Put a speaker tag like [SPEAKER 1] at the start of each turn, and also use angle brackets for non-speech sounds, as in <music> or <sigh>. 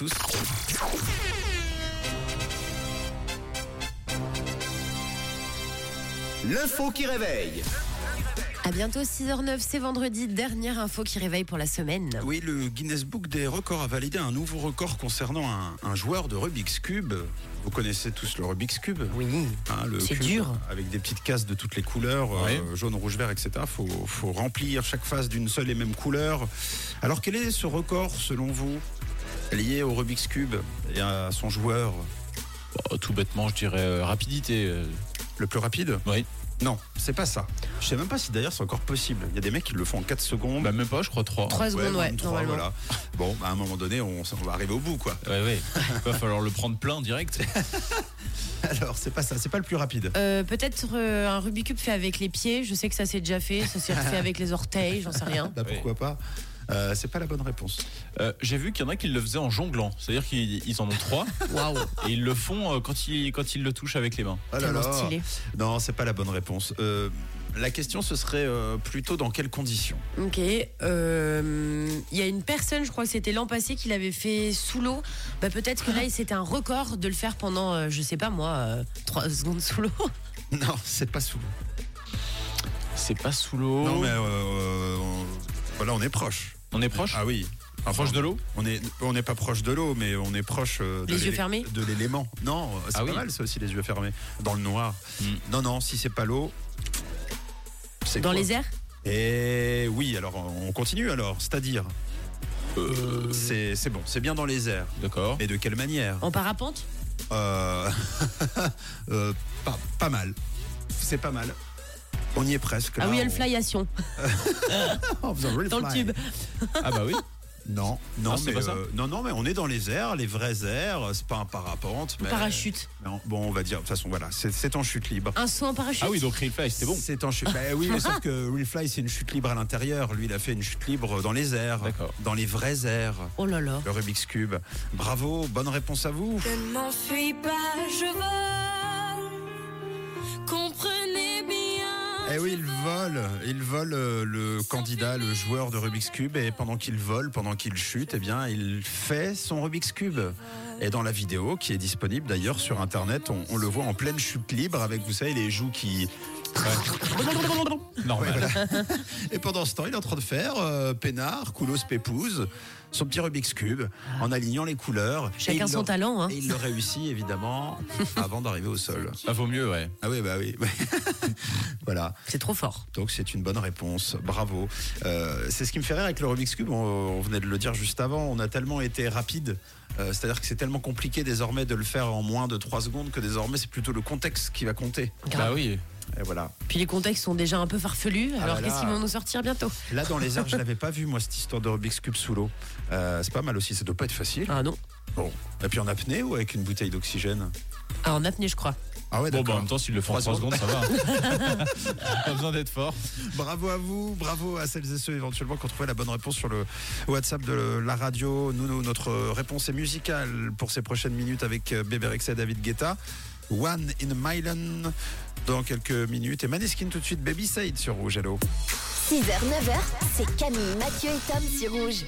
[SPEAKER 1] Tous.
[SPEAKER 2] L'info qui réveille.
[SPEAKER 3] À bientôt 6h09, c'est vendredi, dernière info qui réveille pour la semaine.
[SPEAKER 1] Oui, le Guinness Book des records a validé un nouveau record concernant un, un joueur de Rubik's Cube. Vous connaissez tous le Rubik's Cube
[SPEAKER 3] Oui.
[SPEAKER 1] Hein, le
[SPEAKER 3] C'est
[SPEAKER 1] cube
[SPEAKER 3] dur.
[SPEAKER 1] Avec des petites cases de toutes les couleurs, euh, jaune, rouge, vert, etc. Faut, faut remplir chaque face d'une seule et même couleur. Alors quel est ce record selon vous lié au Rubik's Cube et à son joueur
[SPEAKER 4] Oh, Tout bêtement, je dirais euh, rapidité. euh,
[SPEAKER 1] le plus rapide
[SPEAKER 4] oui.
[SPEAKER 1] Non, c'est pas ça. Je sais même pas si d'ailleurs c'est encore possible. Il y a des mecs qui le font en 4 secondes.
[SPEAKER 4] Bah, même pas, je crois 3.
[SPEAKER 3] 3 secondes, ouais,
[SPEAKER 1] même trois,
[SPEAKER 3] normalement.
[SPEAKER 1] voilà. Bon, bah, à un moment donné, on, on va arriver au bout, quoi.
[SPEAKER 4] Ouais, ouais. Il va falloir le prendre plein direct.
[SPEAKER 1] Alors, c'est pas ça, c'est pas le plus rapide.
[SPEAKER 3] Euh, Peut-être euh, un Rubik's Cube fait avec les pieds, je sais que ça s'est déjà fait, ça s'est
[SPEAKER 1] <laughs>
[SPEAKER 3] refait avec les orteils, j'en sais rien.
[SPEAKER 1] Bah, pourquoi pas Euh, C'est pas la bonne réponse.
[SPEAKER 4] Euh, J'ai vu qu'il y en a qui le faisaient en jonglant. C'est-à-dire qu'ils ils en ont 3
[SPEAKER 3] Waouh,
[SPEAKER 4] et ils le font euh, quand ils, quand ils le touchent avec les mains.
[SPEAKER 1] Oh là
[SPEAKER 3] tellement
[SPEAKER 1] là.
[SPEAKER 3] stylé.
[SPEAKER 1] Non, c'est pas la bonne réponse. Euh, la question, ce serait euh, plutôt dans quelles conditions
[SPEAKER 3] Ok, euh, il y a une personne, je crois que c'était l'an passé, qui l'avait fait sous l'eau. Bah, Peut-être que là, c'était un record de le faire pendant, euh, je sais pas moi, 3 <laughs> secondes sous l'eau.
[SPEAKER 1] <laughs> Non, c'est pas sous l'eau.
[SPEAKER 4] C'est pas sous l'eau.
[SPEAKER 1] Non, mais euh, euh, on- voilà, on est proche.
[SPEAKER 4] On est proche
[SPEAKER 1] Ah oui. Enfin,
[SPEAKER 4] Proche de l'eau
[SPEAKER 1] on est, on n'est pas proche de l'eau, mais on est proche euh, de
[SPEAKER 3] Les yeux
[SPEAKER 1] l'élé-
[SPEAKER 3] fermés
[SPEAKER 1] de l'élément. Non, euh, c'est
[SPEAKER 4] Ah
[SPEAKER 1] pas
[SPEAKER 4] oui.
[SPEAKER 1] mal, c'est aussi les yeux fermés dans le noir.
[SPEAKER 4] Mm.
[SPEAKER 1] Non, non, si c'est pas l'eau, c'est
[SPEAKER 3] Dans
[SPEAKER 1] quoi
[SPEAKER 3] les airs
[SPEAKER 1] Et oui, alors on continue alors, c'est-à-dire
[SPEAKER 4] Euh.
[SPEAKER 1] C'est c'est bon, c'est bien dans les airs.
[SPEAKER 4] D'accord.
[SPEAKER 1] Mais de quelle manière
[SPEAKER 3] En parapente
[SPEAKER 1] Euh, <laughs> euh, pas, pas mal. C'est pas mal. On y est presque.
[SPEAKER 3] Ah
[SPEAKER 1] là,
[SPEAKER 3] oui, il y a
[SPEAKER 1] on-
[SPEAKER 3] le flyation,
[SPEAKER 1] En faisant le
[SPEAKER 3] <laughs> dans le
[SPEAKER 1] fly.
[SPEAKER 3] tube.
[SPEAKER 4] Ah bah oui.
[SPEAKER 1] Non, non,
[SPEAKER 4] Ah, c'est
[SPEAKER 1] mais
[SPEAKER 4] pas ça
[SPEAKER 1] euh, non, non, mais on est dans les airs, les vrais airs. C'est pas un parapente. Mais...
[SPEAKER 3] Parachute.
[SPEAKER 1] Non, bon, on va dire. De toute façon, voilà, c'est- c'est en chute libre.
[SPEAKER 3] Un saut en parachute
[SPEAKER 4] Ah oui, donc Real Fly, c'était bon.
[SPEAKER 1] C'est en chute. Bah oui, mais sauf
[SPEAKER 3] <laughs>
[SPEAKER 1] que Real Fly, c'est une chute libre à l'intérieur. Lui, il a fait une chute libre dans les airs.
[SPEAKER 4] D'accord.
[SPEAKER 1] Dans les vrais airs.
[SPEAKER 3] Oh là là.
[SPEAKER 1] Le Rubik's Cube. Bravo, bonne réponse à vous.
[SPEAKER 5] Ne m'enfuis pas, je vole. Comprenez bien.
[SPEAKER 1] Eh oui, il vole, il vole euh, le candidat, le joueur de Rubik's Cube, et pendant qu'il vole, pendant qu'il chute, eh bien, il fait son Rubik's Cube. Et dans la vidéo, qui est disponible d'ailleurs sur Internet, on, on le voit en pleine chute libre avec, vous savez, les joues qui...
[SPEAKER 4] Normal.
[SPEAKER 1] <laughs> Et pendant ce temps, il est en train de faire euh, Pénard, Koulos Pépouze, son petit Rubik's Cube, en alignant les couleurs. Et
[SPEAKER 3] Ah. Chacun
[SPEAKER 1] il
[SPEAKER 3] son
[SPEAKER 1] le-
[SPEAKER 3] talent, hein.
[SPEAKER 1] Et il le réussit,
[SPEAKER 3] <laughs>
[SPEAKER 1] évidemment, avant d'arriver au sol.
[SPEAKER 4] Bah, vaut mieux, ouais.
[SPEAKER 1] Ah oui, bah oui. <laughs> voilà.
[SPEAKER 3] C'est trop fort.
[SPEAKER 1] Donc c'est une bonne réponse, bravo. Euh, c'est ce qui me fait rire avec le Rubik's Cube, on, on venait de le dire juste avant, on a tellement été rapide, euh, c'est-à-dire que c'est tellement compliqué désormais de le faire en moins de 3 secondes que désormais c'est plutôt le contexte qui va compter.
[SPEAKER 4] Bah oui.
[SPEAKER 1] Et voilà.
[SPEAKER 3] Puis les contextes sont déjà un peu farfelus, alors
[SPEAKER 1] bah là.
[SPEAKER 3] qu'est-ce qu'ils vont nous sortir bientôt
[SPEAKER 1] Là dans les airs, je l'avais pas vu moi cette histoire de Rubik's Cube sous l'eau. Euh, c'est pas mal aussi, ça doit pas être facile.
[SPEAKER 3] Ah non,
[SPEAKER 1] Bon. Et puis en apnée ou avec une bouteille d'oxygène
[SPEAKER 3] ah, en apnée je crois.
[SPEAKER 1] Ah ouais,
[SPEAKER 4] Bon, bah, en
[SPEAKER 1] d'accord.
[SPEAKER 4] même temps, s'il le fait en
[SPEAKER 1] Trois
[SPEAKER 4] 3 secondes, ça va.
[SPEAKER 1] <laughs>
[SPEAKER 4] pas besoin d'être fort.
[SPEAKER 1] Bravo à vous, bravo à celles et ceux éventuellement qui ont trouvé la bonne réponse sur le WhatsApp de la radio. Nous, nous, notre réponse est musicale pour ces prochaines minutes avec euh, Bébé Rex et David Guetta. One in a Milan dans quelques minutes. Et Maneskin tout de suite, Baby Said sur Rouge Hello.
[SPEAKER 6] 6h, 9h, c'est Camille, Mathieu et Tom sur Rouge.